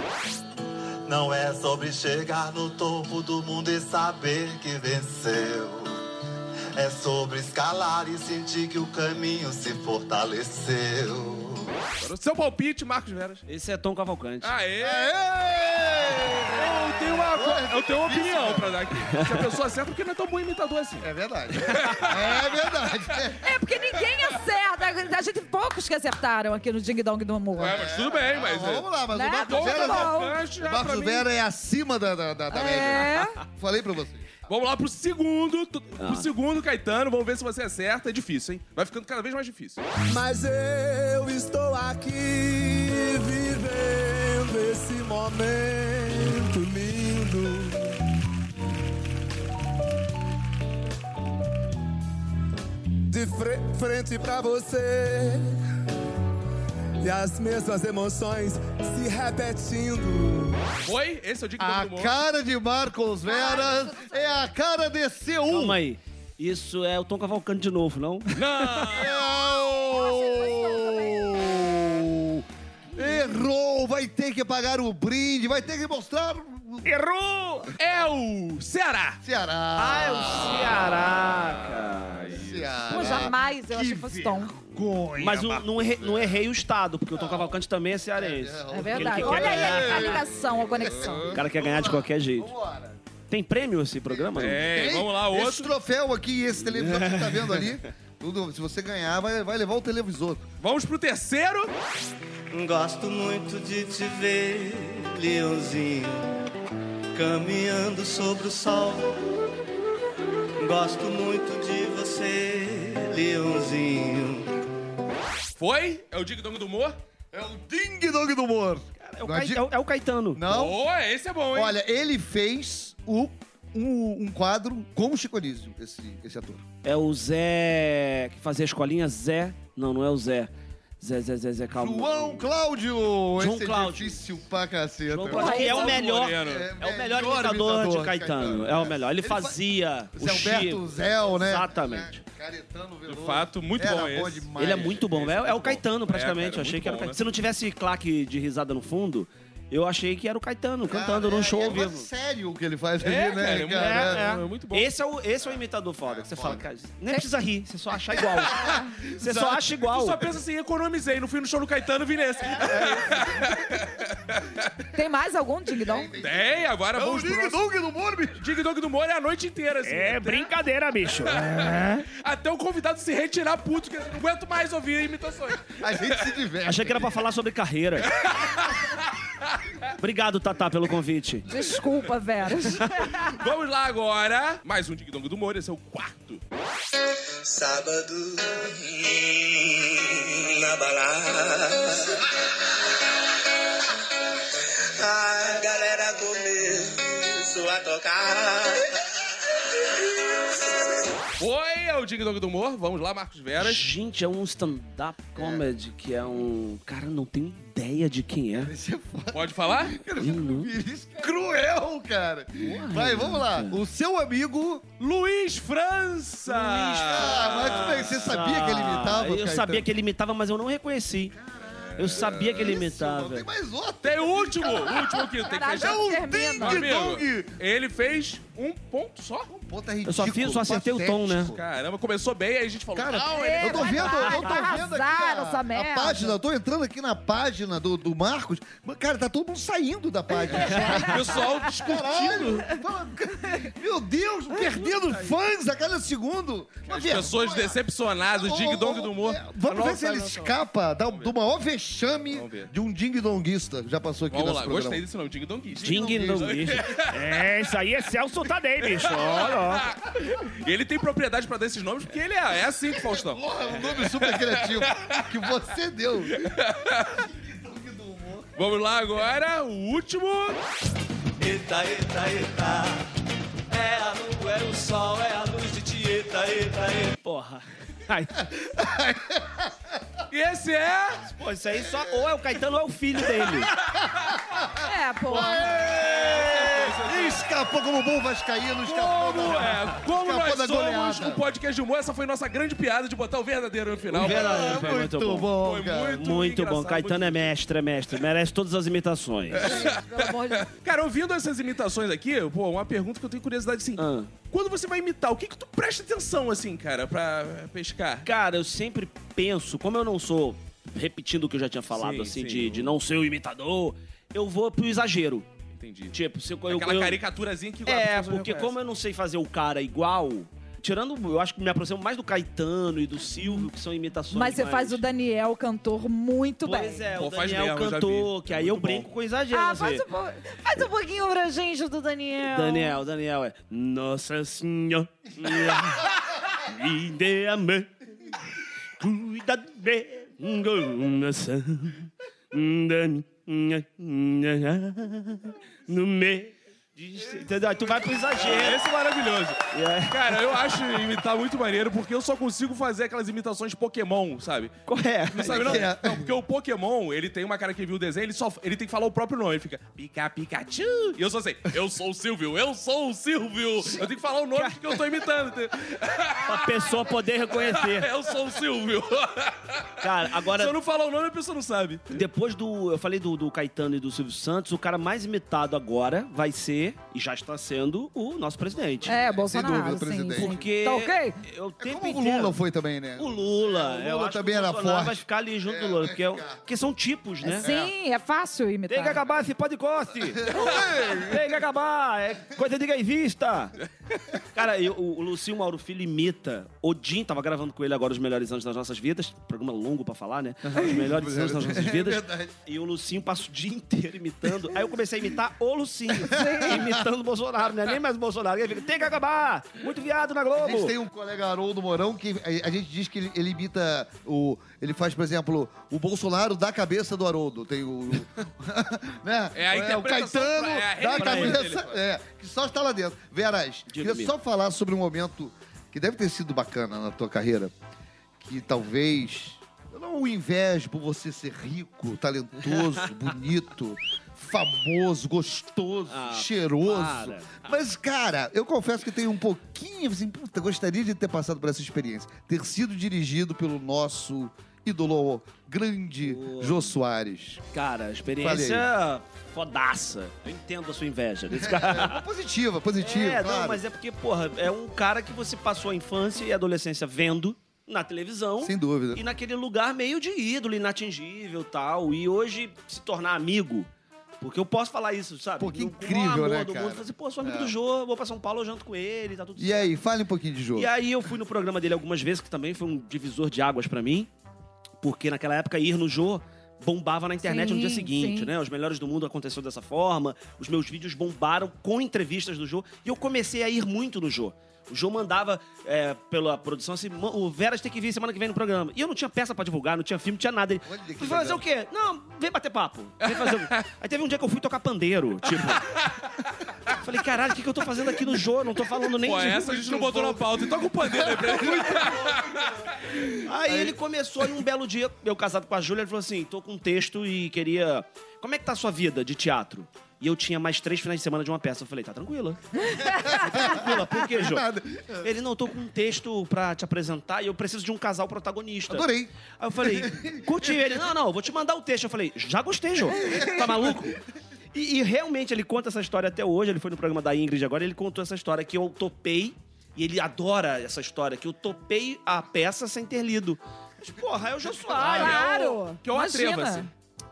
G: Não é sobre chegar no topo do mundo e saber que venceu. É sobre escalar e sentir que o caminho se fortaleceu.
A: Seu palpite, Marcos Veras.
D: Esse é Tom Cavalcante.
A: Aê!
B: Aê!
A: Ou eu tenho uma, eu tenho uma opinião pra dar aqui. Se a pessoa acerta, porque não é tão bom imitador assim.
B: É verdade. É verdade.
C: É, porque ninguém acerta. A gente, poucos que acertaram aqui no Ding Dong do Amor.
A: É, mas tudo bem, mas...
B: Mas vamos lá, mas
C: Né?
B: o Marcos
C: Bom,
B: Vera,
C: tá bom.
B: o Marcos Vera é acima da, da, da, da
C: É.
B: média. né? Falei pra vocês.
A: Vamos lá pro segundo, tu- pro segundo Caetano. Vamos ver se você acerta. É difícil, hein? Vai ficando cada vez mais difícil.
H: Mas eu estou aqui vivendo esse momento lindo. De fre- frente pra você e as mesmas emoções se repetindo.
A: Oi? Esse é o Dick
B: A
A: do Humor.
B: Ah, cara de Marcos Vera é a cara de C1.
D: Calma aí. Isso é o Tom Cavalcante de novo, não?
B: Não! Errou! Vai ter que pagar o brinde, vai ter que mostrar o
A: Errou! É o Ceará.
B: Ceará.
D: Ceará, cara.
B: Ceará.
C: Pô, jamais eu achei que fosse Tom.
D: Mas o- não, errei, não errei o estado, porque o Tom Cavalcante também é cearense.
C: É verdade.
D: Aquele que
C: Olha
D: quer
C: aí a- a
D: ganhar.
C: ligação, a conexão.
D: O cara quer ganhar de qualquer jeito.
B: Vambora.
D: Tem prêmio esse programa? não?
A: É, vamos lá,
B: Esse
A: outro.
B: troféu aqui, esse televisor que você tá vendo ali, tudo, se você ganhar, vai, vai levar o televisor.
A: Vamos pro terceiro.
I: Gosto muito de te ver, leãozinho, caminhando sobre o sol. Gosto muito de você, leãozinho.
A: Foi? É o Dick Dong do Humor?
B: É o Ding Dong do Humor.
D: É o, Cai- é o- é o Caetano.
B: Não?
A: Oh, esse é bom, hein?
B: Então. Olha, ele fez o, um, um quadro com o Chico Anísio, esse, esse ator.
D: É o Zé. que fazia a escolinha? Zé. Não, não é o Zé. Zé, Zé, Zé, Zé, calma.
B: João Cláudio!
D: João
B: esse
D: Cláudio.
B: é difícil pra caceta.
D: João Cláudio, que é o melhor.
A: Moreno.
D: É o melhor imitador de Caetano. É o melhor. Ele
B: Ele fa-
D: fazia o
B: Zé é Alberto
D: Chico.
B: Zéu, né?
D: Exatamente.
B: É, Caetano Veloso.
A: De fato, muito
B: Era
A: bom esse.
B: demais.
D: Ele é muito bom. É, é o Caetano, praticamente.
A: cara,
D: eu achei
A: muito
D: que era o
A: bom, né?
D: Caetano. Se não tivesse claque de risada no fundo, eu achei que era o Caetano cantando
B: Cara,
D: tá num
B: é-
D: show
B: é
D: ao
B: uma
D: vivo.
B: sério o que ele faz
A: É,
B: ali, né,
A: cara,
B: cara?
A: é muito bom.
D: Esse é o, esse é o imitador foda. que você fala, cara, nem precisa rir, você só acha igual. você só acha igual.
A: Tu só pensa assim, economizei. Não fui no show do Caetano, vim nesse.
D: É.
C: Tem mais algum Ding Dong?
A: Tem, agora
B: É o
A: vamos pro
B: Ding
A: nosso...
B: Dong do Morbi.
A: Dig Dog do Humor é a noite inteira, assim.
E: É brincadeira, bicho.
A: Até o convidado se retirar puto, que eu não aguento mais ouvir imitações.
B: A gente se diverte.
D: Achei que era pra falar sobre carreira. Obrigado, Tatá, pelo convite.
C: Desculpa, Vera. É,
A: Vamos lá agora. Mais um Dig Dong do Humor, esse é o quarto.
I: Sábado, hum, na balada. A galera começou a tocar.
A: Oi, é o Dig Dong do Humor. Vamos lá, Marcos Veras.
D: Gente, é um stand-up comedy que é um. Cara, não tenho ideia de quem é.
B: Isso é foda.
A: Pode falar?
D: Eu não-
B: Isso é cruel, cara. Vai, vamos lá. O seu amigo...
A: Luiz França!
B: Ah, mas você sabia que ele imitava,
D: Eu sabia que ele imitava, mas eu não reconheci. Eu sabia que ele imitava.
B: Tem mais outro.
A: Tem o último, o último que tem que
C: Caralho,
A: fechar.
C: já termina.
B: Ding Dong.
A: Amigo, ele fez um ponto só.
B: Puta,
D: Eu só fiz- só acertei o tom, né?
A: Caramba, começou bem, aí a gente falou...
B: Cara,
A: "Não,
C: é,
B: eu tô
C: vai
B: vendo,
C: lá,
B: eu tô
C: vai
B: vendo aqui
C: arrasar
B: a,
C: essa merda.
B: a página, eu tô entrando aqui na página do, do Marcos. Mas, Cara, tá todo mundo saindo da
D: É,
B: página.
A: o pessoal discutindo.
B: Caralho, fala- meu Deus, perdendo fãs a cada segundo. Uma
A: As pessoas
B: vergonha.
A: decepcionadas, o Dig Dong do Humor.
B: É, Vamos ver se ele escapa da, do maior vexame
A: Vamos ver.
B: de um ding-donguista. Já passou aqui
A: Vamos
B: nosso
A: lá,
B: programa.
A: gostei desse nome, Dig Dongista.
D: Ding Dong.
E: É, isso aí é Celso Tadei, bicho. Olha, ó.
A: E Ah, ele tem propriedade pra dar esses nomes, porque ele é, é assim que Faustão.
B: Porra, é um nome super criativo que você deu.
A: Vamos lá agora, o último.
I: Eita, eita, eita. É a lua, é o sol, é a luz de ti. Eita, eita, eita.
D: Porra. Ai,
A: E esse é.
D: pô, isso aí só ou é o Caetano ou é o filho dele.
C: É, pô.
B: Escapou como bom vascaíno,
A: é
B: escapou.
A: Como
B: da-
A: é? Como
B: Escapou
A: nós
B: da
A: somos
B: goleada.
A: o podcast de humor. Essa foi nossa grande piada de botar o verdadeiro no final.
B: é
D: Verdade, foi muito bom.
A: Foi
B: cara.
A: muito,
D: Muito bom.
A: engraçado,
D: Caetano é mestre, é mestre. Merece todas as imitações.
C: Pelo amor de Deus.
A: Cara, ouvindo essas imitações aqui, pô, uma pergunta que eu tenho curiosidade assim.
D: Ah.
A: Quando você vai imitar, o que que tu presta atenção, assim, cara, pra pescar?
D: Cara, eu sempre penso, como eu não sou, repetindo o que eu já tinha falado,
A: Sim,
D: assim,
A: sim,
D: de,
A: eu-
D: de não ser o imitador, eu vou pro exagero.
A: Entendi.
D: Tipo, se eu, eu,
A: Aquela
D: eu-
A: caricaturazinha que
D: É, porque como eu não sei fazer o cara igual, tirando, eu acho que me aproximo mais do Caetano e do Silvio, que são imitações.
C: Mas você faz o Daniel, cantor, muito bem.
D: Pois é,
A: Pô,
D: o
A: faz
D: Daniel
A: mesmo, eu já vi.
D: cantor,
A: É
D: que aí
A: Muito
D: eu
A: bom.
D: brinco com exagero.
C: Ah,
D: assim.
C: faz um, po- faz um pouquinho pra gente do Daniel.
D: Daniel, Daniel é. Nossa Senhora, me dê a mão, cuida bem, coração, da minha- no meio. de- Entendeu? Aí Tu vai pro exagero.
A: Esse é maravilhoso.
D: É.
A: Cara, eu acho imitar muito maneiro porque eu só consigo fazer aquelas imitações Pokémon, sabe?
D: Correto.
A: Não sabe, não?
B: É.
A: Não, porque o Pokémon, ele tem uma cara que viu o desenho, ele, só, ele tem que falar o próprio nome. Ele fica Pica Pikachu. E eu só sei, eu sou o Silvio, eu sou o Silvio. Eu tenho que falar o nome que eu tô imitando.
D: Pra pessoa poder reconhecer.
A: eu sou o Silvio.
D: Cara, agora.
A: Se eu não falar o nome, a pessoa não sabe.
D: Depois do. Eu falei do, do Caetano e do Silvio Santos, o cara mais imitado agora vai ser, e já está sendo, o nosso presidente.
C: É, Bolsonaro,
B: dúvida,
C: sim,
B: presidente.
C: sim.
D: Porque.
C: Tá ok?
D: Eu, o
B: É
D: tempo
B: como o
D: inteiro-
B: Lula foi também, né?
D: O Lula. eu acho
B: também
D: que o
B: era
D: Bolsonaro
B: forte.
D: vai ficar ali junto
B: É,
D: do Lula,
B: vai
D: porque, é o-
B: ficar.
D: porque são tipos, né?
C: Sim, é fácil imitar.
D: Tem que acabar esse podcast! Tem que acabar! É coisa de gaivista! Cara, eu- o, o Lucinho Mauro Filho imita Odin, tava gravando com ele agora os melhores anos das nossas vidas. Programa longo pra falar, né? Os melhores anos das nossas
B: É
D: vidas. e o Lucinho passa o dia inteiro imitando. Aí eu comecei a imitar o Lucinho, imitando o Bolsonaro, né? Nem mais o Bolsonaro. Ele fica, tem que acabar! Muito viado na Globo!
B: A gente tem um colega Haroldo Mourão que a, a gente diz que ele, ele imita o. Ele faz, por exemplo, o Bolsonaro da cabeça do Haroldo. Tem o. né?
A: É a
B: o
A: interpretação
B: Caetano
A: pra- é a
B: da
A: referência
B: cabeça.
A: dele.
B: É, que só está lá dentro. Verás,
D: Diga,
B: queria só falar sobre um momento que deve ter sido bacana na tua carreira. Que talvez. Eu não invejo por você ser rico, talentoso, bonito, famoso, gostoso,
D: Ah,
B: cheiroso.
D: para.
B: Mas, cara, eu confesso que tenho um pouquinho assim, puta, gostaria de ter passado por essa experiência. Ter sido dirigido pelo nosso ídolo grande Jô Soares.
D: Cara, experiência fodaça. Eu entendo a sua inveja desse cara.
B: É Positiva, positiva,
D: É,
B: claro.
D: não, mas é porque, porra, é um cara que você passou a infância e a adolescência vendo na televisão.
B: Sem dúvida.
D: E naquele lugar meio de ídolo, inatingível e tal. E hoje se tornar amigo. Porque eu posso falar isso, sabe?
B: Pô, que
D: Com o maior
B: incrível,
D: amor
B: né,
D: do
B: cara?
D: mundo. Falar assim, pô, sou amigo
B: É.
D: do Jô, vou pra São Paulo, eu janto com ele, tá tudo
B: E aí, fale um pouquinho de Jô.
D: e aí eu fui no programa dele algumas vezes, que também foi um divisor de águas pra mim, porque naquela época ir no Jô bombava na internet no dia
C: Sim,
D: seguinte,
C: sim.
D: né? Os melhores do mundo aconteceu dessa forma, os meus vídeos bombaram com entrevistas do Jô, e eu comecei a ir muito no Jô. O Jô mandava é, pela produção assim, "Mô, o Veras tem que vir semana que vem no programa. E eu não tinha peça pra divulgar, não tinha filme, não tinha nada. Ele,
B: Olha que
D: "Vai fazer
B: legal."
D: o quê? Não, vem bater papo. Vem fazer o... Aí teve um dia que eu fui tocar pandeiro, tipo. Falei, caralho, o que, que eu tô fazendo aqui no Jô? Não tô falando nem
A: Pô,
D: de
A: essa a é gente não botou na pauta. E toca o pandeiro aí pra ele.
D: Aí ele começou e um belo dia, eu casado com a Júlia, ele falou assim: tô com um texto e queria. Como é que tá a sua vida de teatro? E eu tinha mais três finais de semana de uma peça. Eu falei, tá tranquila. tá tranquila, por quê, Jô? Ele, não, tô com um texto pra te apresentar e eu preciso de um casal protagonista.
B: Adorei.
D: Aí eu falei, curti ele. Não, não, vou te mandar o texto. Eu falei, já gostei, Jô. Tá maluco? E, e realmente ele conta essa história até hoje. Ele foi no programa da Ingrid agora ele contou essa história que eu topei. E ele adora essa história, que eu topei a peça sem ter lido. Mas, porra, é o Jô Soares. é o-
C: Claro!
A: que eu
C: Imagina.
A: atreva-se.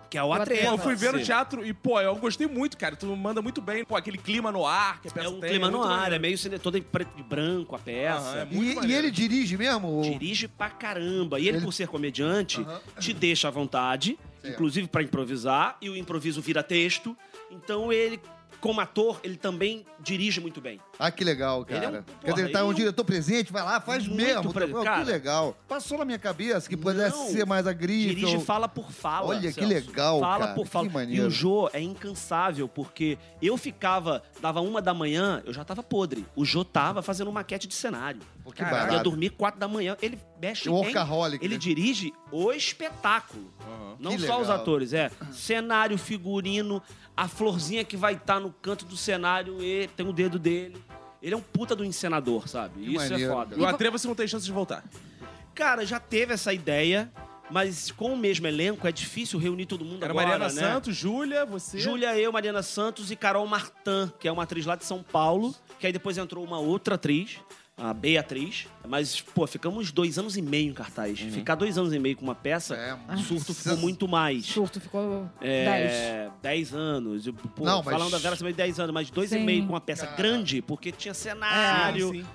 D: Que é o
A: Pô,
D: Atreva.
A: eu fui ver no
D: Sim.
A: teatro e, pô, eu gostei muito, cara. Tu manda muito bem. Pô, aquele clima no ar que a peça
D: É um
A: tem,
D: clima no
A: muito
D: ar,
A: maneiro.
D: é meio cine- toda em preto e branco a peça.
A: Aham, é
B: E,
A: muito
B: e
A: maneiro.
B: ele dirige mesmo?
D: dirige pra caramba. E ele,
B: Ele-
D: por ser comediante, te deixa à vontade,
B: Certo.
D: inclusive pra improvisar, e o improviso vira texto. Então ele, como ator, ele também dirige muito bem.
B: Ah, que legal,
D: Ele
B: cara.
D: é um-
B: Quer dizer,
D: porra,
B: tá
D: ele
B: um
D: é um-
B: diretor presente, vai lá, faz
D: Muito
B: mesmo.
D: pre-
B: Pô,
D: cara.
B: que legal. Passou na minha cabeça que pudesse
D: Não.
B: ser mais agrícola.
D: Dirige fala por fala.
B: Olha, que
D: Celso.
B: legal,
D: Fala
B: cara.
D: por
B: Que
D: fala. e
B: maneiro.
D: o Jô é incansável, porque eu ficava, dava uma da manhã, eu já tava podre. O Jô tava fazendo maquete de cenário.
B: Pô, que
A: Caraca.
D: Eu ia
B: barato.
D: dormir quatro da manhã. Ele mexe
B: É
D: em-
B: workaholic,
D: Ele
B: né?
D: dirige o espetáculo. Não
B: Que
D: só os
B: legal.
D: atores, é cenário, figurino, a florzinha que vai estar no canto do cenário e tem o dedo dele. Ele é um puta do encenador, sabe?
B: Que
D: Isso
B: maneiro,
D: é foda.
A: E o Atreva-se não tem chance de voltar.
D: Cara, já teve essa ideia, mas com o mesmo elenco é difícil reunir todo mundo
A: Era
D: agora,
A: Mariana
D: né?
A: Santos, Júlia, você.
D: Júlia, eu, Mariana Santos e Carol Martin, que é uma atriz lá de São Paulo, que aí depois entrou uma outra atriz, a Beatriz. Mas, pô, ficamos dois anos e meio em cartaz. Ficar dois anos e meio com uma peça,
B: É,
D: o surto ficou muito mais.
C: Surto ficou 10.
D: É, 10 anos. e, Pô,
B: Não, mas-
D: falando da Vera Simões, 10 anos, mas dois e
C: Sim.
D: meio com uma peça grande, porque tinha cenário,
A: É, sim.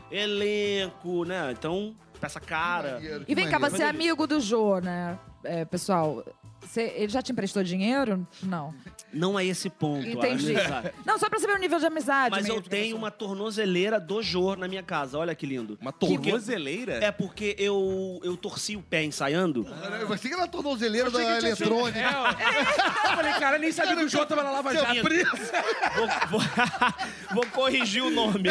D: elenco, né? Então, peça cara.
B: Maneiro, que
C: E vem cá,
B: maneiro.
C: você é amigo do Jô, né? É, pessoal, você- ele já te emprestou dinheiro? Não.
D: Não é esse ponto. a
C: Entendi. é
D: amizade.
C: Não, só pra saber o nível de amizade.
D: Mas eu
C: mesmo,
D: tenho uma tornozeleira do Jô na minha casa, olha que lindo.
A: Uma
D: Porque-
A: tornozeleira?
D: É porque eu, eu torci o pé ensaiando.
B: Eu pensei que era a tornozeleira da
A: Achei que tinha sido-
B: eletrônica.
A: É, ó. eu falei, cara, nem sabia que o Jô tava na Lava
B: Seu
A: Jato.
B: preso.
D: Vou, vou- vou corrigir o nome.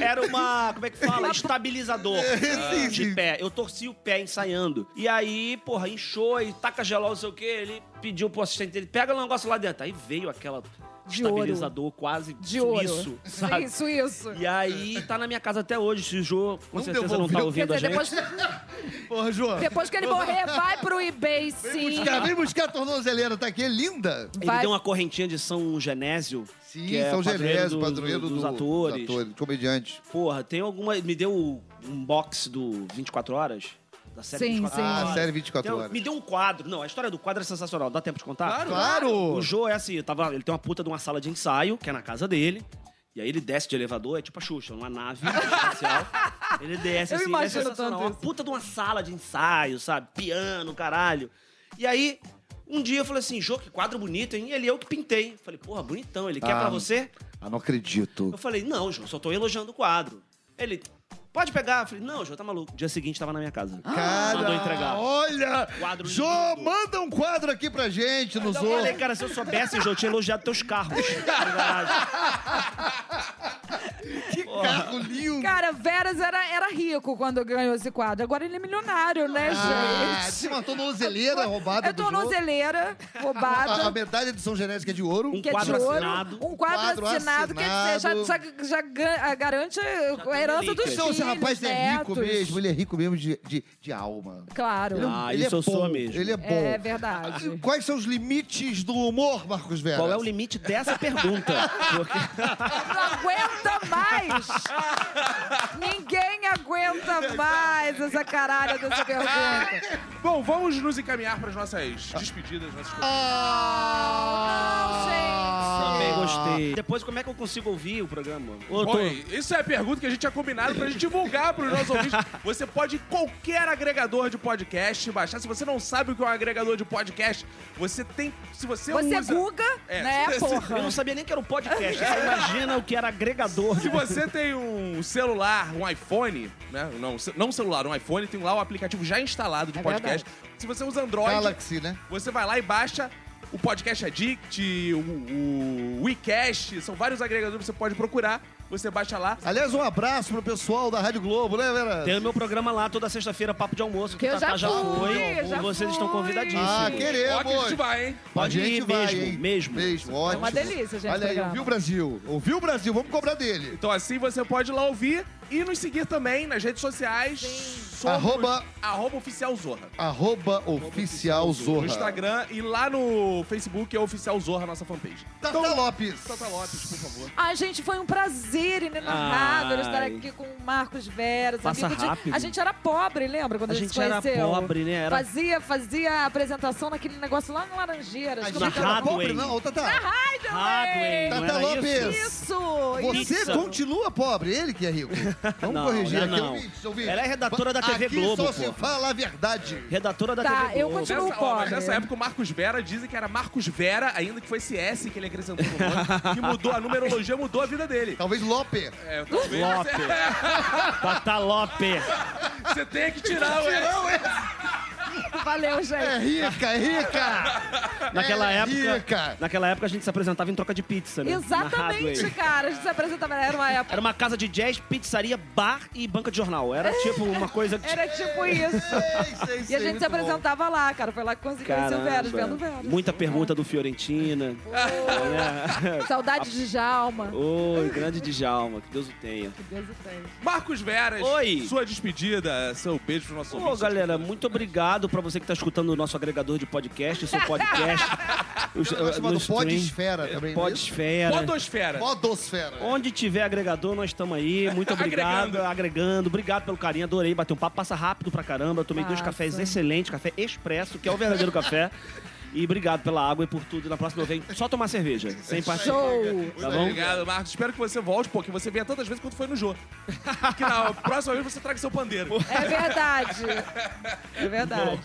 D: Era uma. Como é que fala? Estabilizador.
B: sim,
D: de
B: sim.
D: pé. Eu torci o pé ensaiando. E aí, porra, inchou e taca gelol, não sei o quê. Ele pediu pro assistente dele: pega o negócio lá dentro. Aí veio aquela.
C: De ouro.
D: estabilizador quase
C: De ouro.
D: suíço, sabe?
C: Isso, isso.
D: E aí, tá na minha casa até hoje. Se o Jô, com
B: Não
D: certeza, não tá
B: devolveu.
C: Quer
D: ouvindo a
C: dizer,
D: gente.
C: depois,
D: É,
B: Porra, João.
C: depois que ele morrer, vai pro eBay, sim.
B: Buscar, vem buscar a tornozeleira, tá aqui, é linda.
D: Ele
C: Vai-
D: deu uma correntinha de São Genésio.
B: Sim,
D: que é
B: São
D: padroeiro
B: Genésio,
D: do-
B: padroeiro
D: do-
B: do-
D: dos atores.
B: comediante.
D: Porra, tem alguma. Me deu um box do 24 Horas? Da série
C: Sim,
D: 24
C: sim.
D: Horas.
B: Ah, série 24
D: Deu-
B: horas.
D: Me deu um quadro. Não, a história do quadro é sensacional. Dá tempo de contar?
A: Claro.
B: Claro!
D: O Jô é assim, eu tava, ele tem uma puta de uma sala de ensaio, que é na casa dele. E aí ele desce de elevador, é tipo a Xuxa, uma nave espacial. Ele desce
C: Eu
D: assim, é
C: imagino
D: sensacional.
C: tanto
D: Uma puta de uma sala de ensaio, sabe? Piano, caralho. E aí, um dia eu falei assim, Jô, que quadro bonito, hein? Ele eu que pintei. Falei, porra, bonitão, ele quer
B: Ah.
D: pra você?
B: Ah, não acredito.
D: Eu falei, não, Jô, só tô elogiando o quadro. Ele, pode pegar? Eu falei, não, Jô, tá maluco. Dia seguinte tava na minha casa.
B: Cara,
D: Mandou entregar.
B: olha!
D: Quadro
B: Jô,
D: lindo.
B: manda um quadro aqui pra gente no
D: Então eu
B: Zorro.
D: falei, cara, se eu soubesse, Jô, eu tinha elogiado teus carros. na garagem.
B: Que carro lindo!
C: Cara, Veras era, era rico quando ganhou esse quadro. Agora ele é milionário, né,
B: Ah,
C: gente?
B: tinha uma tornozeleira roubada
C: É
B: do Jô.
C: tornozeleira
B: A, a
C: roubada.
B: medalha de São Genésio que é de ouro.
D: Um
C: Que é de
D: quadro
C: ouro,
D: assinado.
C: um quadro,
B: Quadro
C: assinado, quer dizer, já, já, já ga- garante a herança dos
D: relíquias.
C: filhos,
B: Então, esse rapaz é rico
C: netos.
B: mesmo, ele é rico mesmo de, de, de alma.
C: Claro,
B: Ele é um-
D: Ah,
B: ele
D: isso
B: é
D: eu sou
B: bom,
D: mesmo.
B: Ele é bom.
C: é verdade.
B: Quais são os limites do humor, Marcos Vera?
D: Qual é o limite dessa pergunta? Porque-
C: não aguenta mais! Ninguém aguenta mais essa caralho dessa pergunta.
A: Bom, vamos nos encaminhar para as nossas despedidas, nossas
B: Ah,
D: Também gostei. Depois, como é que eu consigo ouvir o programa? Ô, tô-
A: Oi, isso é a pergunta que a gente tinha combinado pra gente divulgar pros nossos ouvintes. Você pode ir em qualquer agregador de podcast baixar. Se você não sabe o que é um agregador de podcast, você tem. Se você,
C: Você
A: usa.
C: Guga,
A: É,
C: né,
A: se-
D: Eu
C: porra?
D: não sabia nem que era um podcast. Você imagina o que era agregador.
A: Se você tem um celular, um iPhone, né? Não, um ce- não um celular, um iPhone, tem lá o aplicativo já instalado de
C: É
A: podcast. Se você usa Android,
B: Galaxy, né?
A: você vai lá e baixa o Podcast Addict, o, o WeCast, são vários agregadores que você pode procurar. Você baixa lá.
B: Aliás, um abraço pro pessoal da Rádio Globo, né, Vera?
D: Tem o meu programa lá toda sexta-feira, Papo de Almoço, que
C: Eu
D: o Tatá
C: já
D: já
C: fui,
D: foi.
C: já
D: Vocês
C: fui.
D: estão convidadíssimos.
B: Ah,
A: Ó, que a gente
B: queremos!
A: vai, hein?
D: Pode ir mesmo,
B: hein?
D: mesmo.
B: Mesmo, ótimo.
C: uma delícia, gente,
B: Olha aí,
C: programa.
B: ouviu o Brasil. Ouviu o Brasil, vamos cobrar dele.
A: Então assim você pode ir lá ouvir e nos seguir também nas redes sociais. Somos
B: Arroba-
A: arroba oficial Zorra.
B: Arroba oficial Zorra.
A: No Instagram e lá no Facebook é Oficial Zorra, nossa fanpage.
B: Tata
C: Então,
B: Lopes.
C: tá
A: Tata Lopes, por favor.
C: Ai, gente, foi um prazer inenarrável
D: Ai.
C: estar aqui com o Marcos Veras.
D: Passa
C: amigo de-
D: rápido.
C: A gente era pobre, lembra quando a
D: A
C: gente,
D: gente
C: se
D: era
C: conheceu?
D: pobre, né? Era-
C: Fazia, fazia a apresentação naquele negócio lá no Laranjeiras.
B: A
C: Como é
B: gente
C: que
B: era
C: era?
D: Narrado,
B: pobre,
D: hein?
B: não, Ô, Tata.
C: Tá
D: Hathaway, não
B: Tata
D: era
B: Lopes.
D: isso?
C: Isso!
B: Você
D: Pizza.
B: continua pobre, ele que é rico. Vamos
D: Não,
B: corrigir
D: não,
B: aqui,
D: não.
B: ouvintes, ouvintes.
D: Ela é redatora da TV
B: aqui
D: Globo,
B: só se
D: porra.
B: fala a verdade.
D: Redatora da
C: Tá,
D: TV
C: eu
D: Globo.
C: continuo- Tira o
A: Nessa, ó, mas
C: pobre.
A: nessa época o Marcos Vera dizem que era Marcos Vera, ainda que foi esse S que ele acrescentou no nome, que mudou a numerologia, mudou a vida dele.
B: Talvez Lope.
A: É, talvez.
D: Lope. Tata Lopes.
A: Você tem que tirar o S.
C: Valeu, gente.
B: É rica, é rica.
D: Naquela
B: é
D: época,
B: Rica.
D: naquela época a gente se apresentava em troca de pizza, né? Na
C: Exatamente,
D: Hathaway.
C: cara. A gente se apresentava. Era uma época.
D: Era uma casa de jazz, pizzaria, bar e banca de jornal. Era tipo uma coisa. que-
C: Era tipo isso.
B: Sei, sei,
C: E
D: é
B: sei,
C: a gente
B: muito
C: se apresentava lá, cara. Foi lá que consegui conhecer o Veras, vendo o Veras.
D: Muita pergunta do Fiorentina. É.
C: Saudade de Jalma.
D: Oi, grande Djalma, que Deus o tenha.
C: Deus o tenha.
A: Marcos Veras,
D: Oi.
A: sua despedida, seu beijo pro nosso
D: Ô,
A: ouvinte.
D: galera, muito obrigado pra você que tá escutando o nosso agregador de podcast, o seu podcast. os-
B: bom. Ela é
D: no
B: chamada
D: stream.
B: Podesfera também. não é isso?
D: Podesfera.
A: Podosfera.
B: Podosfera.
D: Onde tiver agregador, nós estamos aí. Muito obrigado.
A: Agregando.
D: agregando. Obrigado pelo carinho. Adorei bater um papo. Passa rápido pra caramba. Eu tomei dois
C: Passa.
D: cafés excelentes. Café expresso, que é o verdadeiro café. E obrigado pela água e por tudo. E na próxima eu venho só tomar cerveja, sem participar. Tá
C: Show!
A: Muito obrigado, Marcos. Espero que você volte, pô, que você venha tantas vezes quanto foi no Jô. Que na próxima vez você traga seu pandeiro.
C: É verdade. É verdade.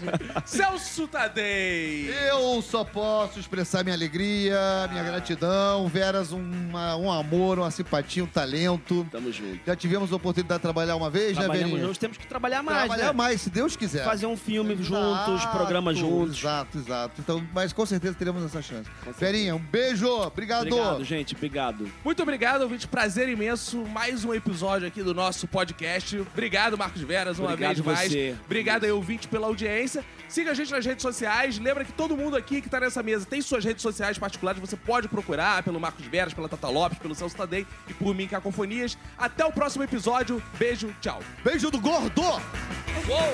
A: Celso Tadei!
B: Eu só posso expressar minha alegria, minha gratidão. Veras, uma- um amor, uma simpatia, um talento.
D: Tamo junto.
B: Já tivemos a oportunidade de trabalhar uma vez, né,
D: Trabalhamos
B: Verinha?
D: juntos, temos que trabalhar mais,
B: Trabalhar
D: né?
B: mais, se Deus quiser.
D: Fazer um filme
B: Exato,
D: juntos, programa juntos.
B: Exato, exato. Então, mas com certeza teremos essa chance. Verinha, um beijo. Obrigado.
D: Obrigado, gente. Obrigado.
A: Muito obrigado, ouvinte. Prazer imenso. Mais um episódio aqui do nosso podcast. Obrigado, Marcos Veras, uma
D: Obrigado
A: vez mais.
D: você.
A: Obrigado aí, ouvinte, pela audiência. Siga a gente nas redes sociais. Lembra que todo mundo aqui que tá nessa mesa tem suas redes sociais particulares. Você pode procurar pelo Marcos Veras, pela Tata Lopes, pelo Celso Tadei e por mim, Cacofonias. Até o próximo episódio. Beijo, tchau.
B: Beijo do gordo.
A: Uou!